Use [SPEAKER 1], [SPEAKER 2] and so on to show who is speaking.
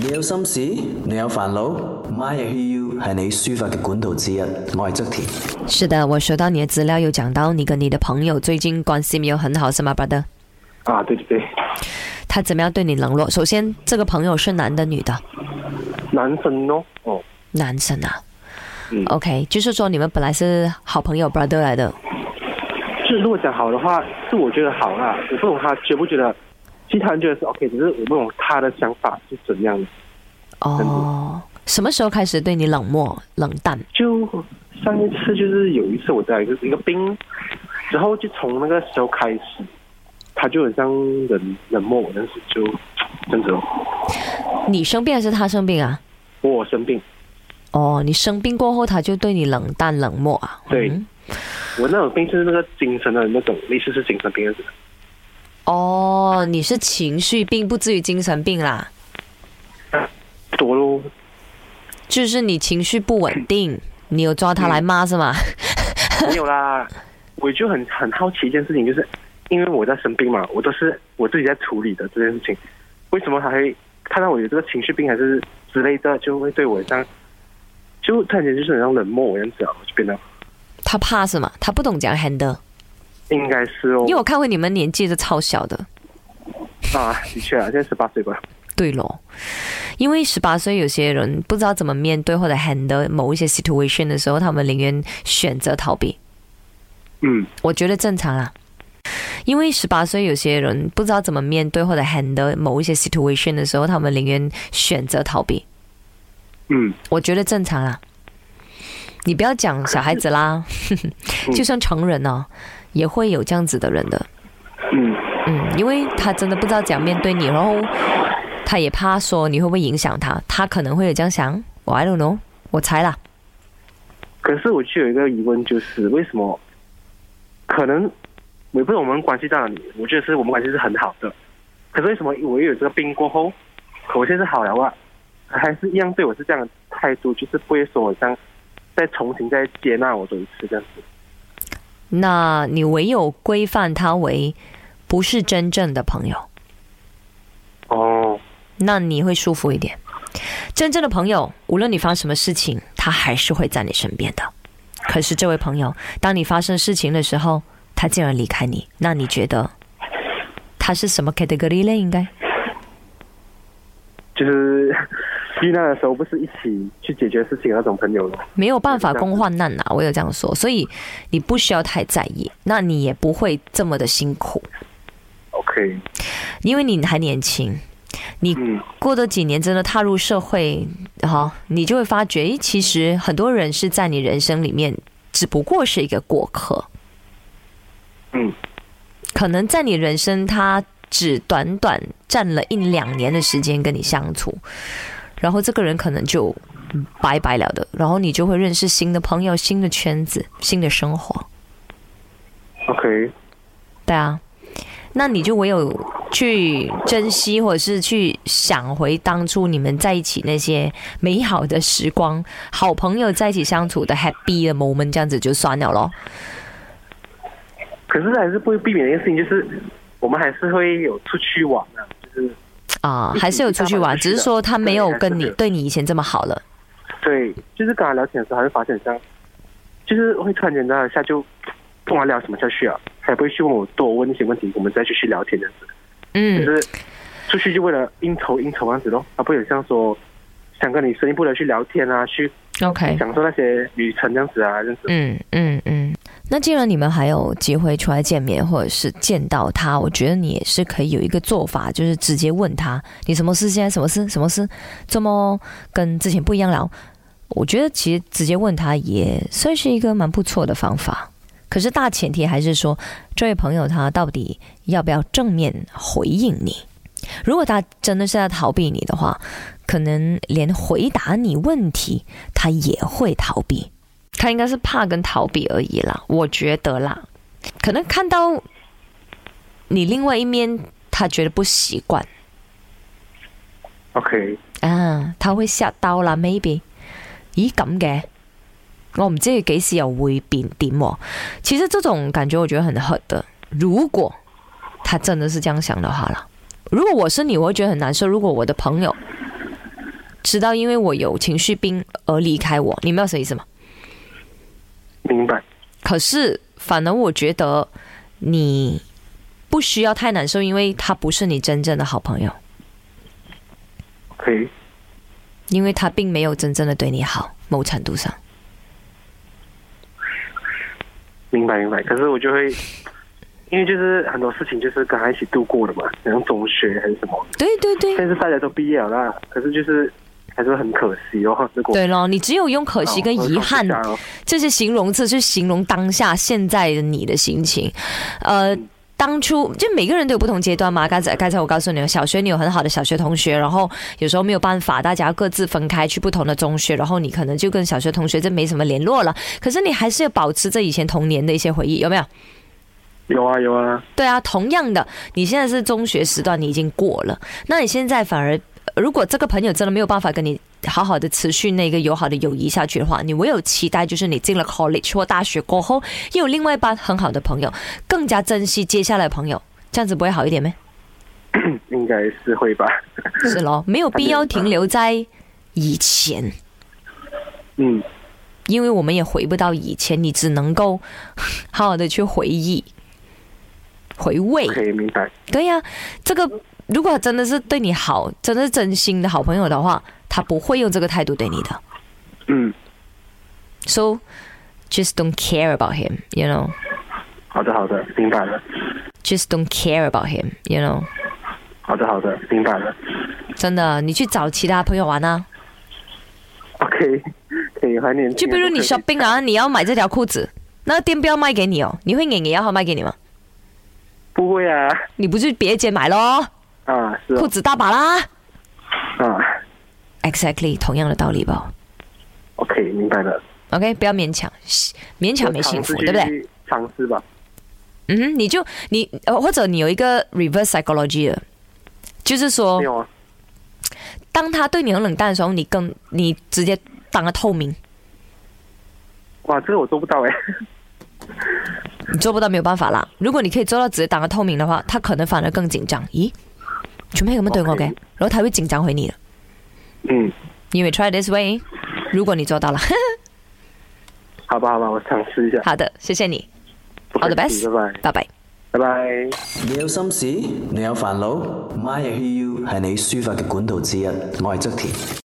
[SPEAKER 1] 你有心事，你有煩惱，My I Hear You 係你抒發嘅管道之一。我係側田。
[SPEAKER 2] 是的，我收到你的资料，有讲到你跟你的朋友最近关系没有很好，是吗，brother？
[SPEAKER 3] 啊，对对对，
[SPEAKER 2] 他怎么样对你冷落？首先，这个朋友是男的、女的？
[SPEAKER 3] 男生哦，哦，
[SPEAKER 2] 男生啊
[SPEAKER 3] 嗯
[SPEAKER 2] ？OK，就是说你们本来是好朋友 brother 来的，
[SPEAKER 3] 就是如果讲好的话，是我觉得好啦，我不懂他觉不觉得，其他人觉得是 OK，只是我不懂他的想法是怎样的。
[SPEAKER 2] 哦，什么时候开始对你冷漠冷淡？
[SPEAKER 3] 就上一次就是有一次我在一个一个冰，然后就从那个时候开始，他就很像冷冷漠我，但是就这样子哦。
[SPEAKER 2] 你生病还是他生病啊？
[SPEAKER 3] 我生病，
[SPEAKER 2] 哦，你生病过后他就对你冷淡冷漠啊？
[SPEAKER 3] 对
[SPEAKER 2] 嗯
[SPEAKER 3] 我那种病就是那个精神的那种，类似是精神病的。
[SPEAKER 2] 哦，你是情绪病，不至于精神病啦，
[SPEAKER 3] 多咯，
[SPEAKER 2] 就是你情绪不稳定，你有抓他
[SPEAKER 3] 嗯
[SPEAKER 2] 来骂是吗？
[SPEAKER 3] 没有啦。我就很很好奇一件事情，就是因为我在生病嘛，我都是我自己在处理的这件事情，为什么他会看到我有这个情绪病还是之类的，就会对我这样，就突然间就是很像冷漠我这样子啊，我就变得
[SPEAKER 2] 他怕是吗？他不懂讲 handle，
[SPEAKER 3] 应该是哦
[SPEAKER 2] 因为我看过你们年纪都超小的。
[SPEAKER 3] 啊，的确啊，现在十八岁吧，
[SPEAKER 2] 对咯，因为十八岁有些人不知道怎么面对或者 handle 某一些 situation 的时候，他们宁愿选择逃避。
[SPEAKER 3] 嗯，
[SPEAKER 2] 我觉得正常啦。因为十八岁有些人不知道怎么面对或者 handle 某一些 situation 的时候，他们宁愿选择逃避。
[SPEAKER 3] 嗯，
[SPEAKER 2] 我觉得正常啦。你不要讲小孩子啦，
[SPEAKER 3] 嗯
[SPEAKER 2] 就算成人哦，也会有这样子的人的。
[SPEAKER 3] 嗯，
[SPEAKER 2] 嗯，因为他真的不知道怎样面对你，然后他也怕说你会不会影响他，他可能会有这样想。我 I don't know，我猜啦。
[SPEAKER 3] 可是我就有一个疑问，就是为什么？可能我也不懂我们关系到哪里，我觉得是我们关系是很好的，可是为什么我又有这个病过后，可我现在是好了啊，还是一样对我是这样的态度，就是不会说我像再重新再接纳我的一次这样子。
[SPEAKER 2] 那你唯有规范他为不是真正的朋友，
[SPEAKER 3] 哦，
[SPEAKER 2] 那你会舒服一点。真正的朋友，无论你发生什么事情，他还是会在你身边的。可是这位朋友，当你发生事情的时候，他竟然离开你，那你觉得他是什么 category 呢？应该
[SPEAKER 3] 就是遇难的时候不是一起去解决事情的那种朋友了。
[SPEAKER 2] 没有办法共患难啦、我有这样说，所以你不需要太在意，那你也不会这么的辛苦，
[SPEAKER 3] OK，
[SPEAKER 2] 因为你还年轻。你
[SPEAKER 3] 嗯
[SPEAKER 2] 过多几年真的踏入社会，哈、你就会发觉，诶，其实很多人是在你人生里面，只不过是一个过客。
[SPEAKER 3] 嗯，
[SPEAKER 2] 可能在你人生，他只短短占了一两年的时间跟你相处，然后这个人可能就拜拜了的，然后你就会认识新的朋友、新的圈子、新的生活，
[SPEAKER 3] ，OK，
[SPEAKER 2] 对啊，那你就唯有去珍惜，或者是去想回当初你们在一起那些美好的时光，好朋友在一起相处的 happy 的 moment，这样子就算了咯。
[SPEAKER 3] 可是还是不会避免一个事情，就是我们还是会有出去玩啊，就是
[SPEAKER 2] 啊，
[SPEAKER 3] 一起
[SPEAKER 2] 还是有出去玩，
[SPEAKER 3] 一起
[SPEAKER 2] 只是说他没有跟
[SPEAKER 3] 对
[SPEAKER 2] 你
[SPEAKER 3] 还是
[SPEAKER 2] 对你以前这么好了。
[SPEAKER 3] 对，就是跟他聊天的时候，还会发现这样，就是会突然间的一下就不管聊什么下去啊，他也不会去问我多问一些问题，我们再继续聊天这样子，就
[SPEAKER 2] 嗯，
[SPEAKER 3] 是出去就为了应酬应酬这样子咯，而不有像说想跟你深一步的去聊天啊，去
[SPEAKER 2] OK，
[SPEAKER 3] 享受那些旅程这样子啊，这样子。
[SPEAKER 2] 嗯嗯嗯。那既然你们还有机会出来见面，或者是见到他，我觉得你也是可以有一个做法，就是直接问他你什么事，现在什么事，什么事，怎么跟之前不一样了。我觉得其实直接问他也算是一个蛮不错的方法。可是大前提还是说，这位朋友他到底要不要正面回应你？如果他真的是在逃避你的话，可能连回答你问题他也会逃避。他应该是怕跟逃避而已啦，我觉得啦，可能看到你另外一面，他觉得不习惯
[SPEAKER 3] OK，
[SPEAKER 2] 啊，他会吓到啦，maybe，咦咁嘅，我唔知佢幾時又會變點喎。其實這種感覺我覺得很 hurt 的，如果他真的是這樣想的話啦，如果我是你，我會覺得很難受。如果我的朋友知道因为我有情绪病而离开我，你明白我什么意思吗？
[SPEAKER 3] 明白。
[SPEAKER 2] 可是反而我觉得你不需要太难受，因为他不是你真正的好朋友，
[SPEAKER 3] 可以，
[SPEAKER 2] 因为他并没有真正的对你好，某程度上。
[SPEAKER 3] 明白明白。可是我就会，因为就是很多事情就是跟他一起度过的嘛，然后中学还是什么，
[SPEAKER 2] 对对对，
[SPEAKER 3] 但是大家都毕业了啦，可是就是还是很可惜哦。如果
[SPEAKER 2] 对咯，你只有用可
[SPEAKER 3] 可
[SPEAKER 2] 惜跟遗憾
[SPEAKER 3] 哦，
[SPEAKER 2] 这些形容词去形容当下现在的你的心情，呃。当初就每个人都有不同阶段嘛，刚才刚才我告诉你了，小学你有很好的小学同学，然后有时候没有办法，大家各自分开去不同的中学，然后你可能就跟小学同学就没什么联络了，可是你还是要保持着以前童年的一些回忆，有没有？
[SPEAKER 3] 有啊有啊，
[SPEAKER 2] 对啊，同样的，你现在是中学时段，你已经过了，那你现在反而，呃如果这个朋友真的没有办法跟你好好的持续那个友好的友谊下去的话，你唯有期待就是你进了 college 或大学过后，又有另外一班很好的朋友，更加珍惜接下来的朋友，这样子不会好一点咩？
[SPEAKER 3] 应该是会吧。
[SPEAKER 2] 是咯，没有必要停留在以前，
[SPEAKER 3] 嗯，
[SPEAKER 2] 因为我们也回不到以前，你只能够 好好的去回忆、回味。
[SPEAKER 3] 可以明白。
[SPEAKER 2] 对呀、这个如果真的是对你好，真的是真心的好朋友的话，他不会用这个态度对你的。
[SPEAKER 3] 嗯，
[SPEAKER 2] So just don't care about him, you know.
[SPEAKER 3] 好的好的，明白了。
[SPEAKER 2] Just don't care about him, you know.
[SPEAKER 3] 好的好的，明白了。
[SPEAKER 2] 真的，你去找其他朋友玩啊，
[SPEAKER 3] OK，可 以怀念。
[SPEAKER 2] 就比如你 shopping 啊，你要买这条裤子，那店不要卖给你哦，你会给给要号卖给你吗？
[SPEAKER 3] 不会啊
[SPEAKER 2] 你不去别间买咯，
[SPEAKER 3] 啊是
[SPEAKER 2] 裤
[SPEAKER 3] 哦
[SPEAKER 2] 子大把啦。
[SPEAKER 3] 啊
[SPEAKER 2] Exactly，同样的道理吧。
[SPEAKER 3] OK 明白了。
[SPEAKER 2] OK，不要勉强，勉强没幸福，对不对？？
[SPEAKER 3] 尝试吧。
[SPEAKER 2] 嗯哼，你就你呃，或者你有一个 reverse psychology 的，就是说
[SPEAKER 3] 没，有啊，
[SPEAKER 2] 当他对你很冷淡的时候，你更你直接当他透明，
[SPEAKER 3] 哇，这个我做不到哎。
[SPEAKER 2] 你做不到没有办法啦。如果你可以做到直接当他透明的话，他可能反而更紧张。咦，做咩咁样对我嘅
[SPEAKER 3] OK
[SPEAKER 2] 然后他会紧张回你的。
[SPEAKER 3] 嗯，
[SPEAKER 2] 因为 try this way，如果你做到了，
[SPEAKER 3] 好吧好吧，我尝试一下。
[SPEAKER 2] 好的，谢谢你，
[SPEAKER 3] 不客
[SPEAKER 2] 好的
[SPEAKER 3] 气
[SPEAKER 2] ，best，
[SPEAKER 3] 拜
[SPEAKER 2] 拜
[SPEAKER 3] 拜，
[SPEAKER 2] 拜。
[SPEAKER 3] 拜拜。
[SPEAKER 1] 你有心事，你有煩惱，My I Hear You 係你抒發嘅管道之一。我係側田。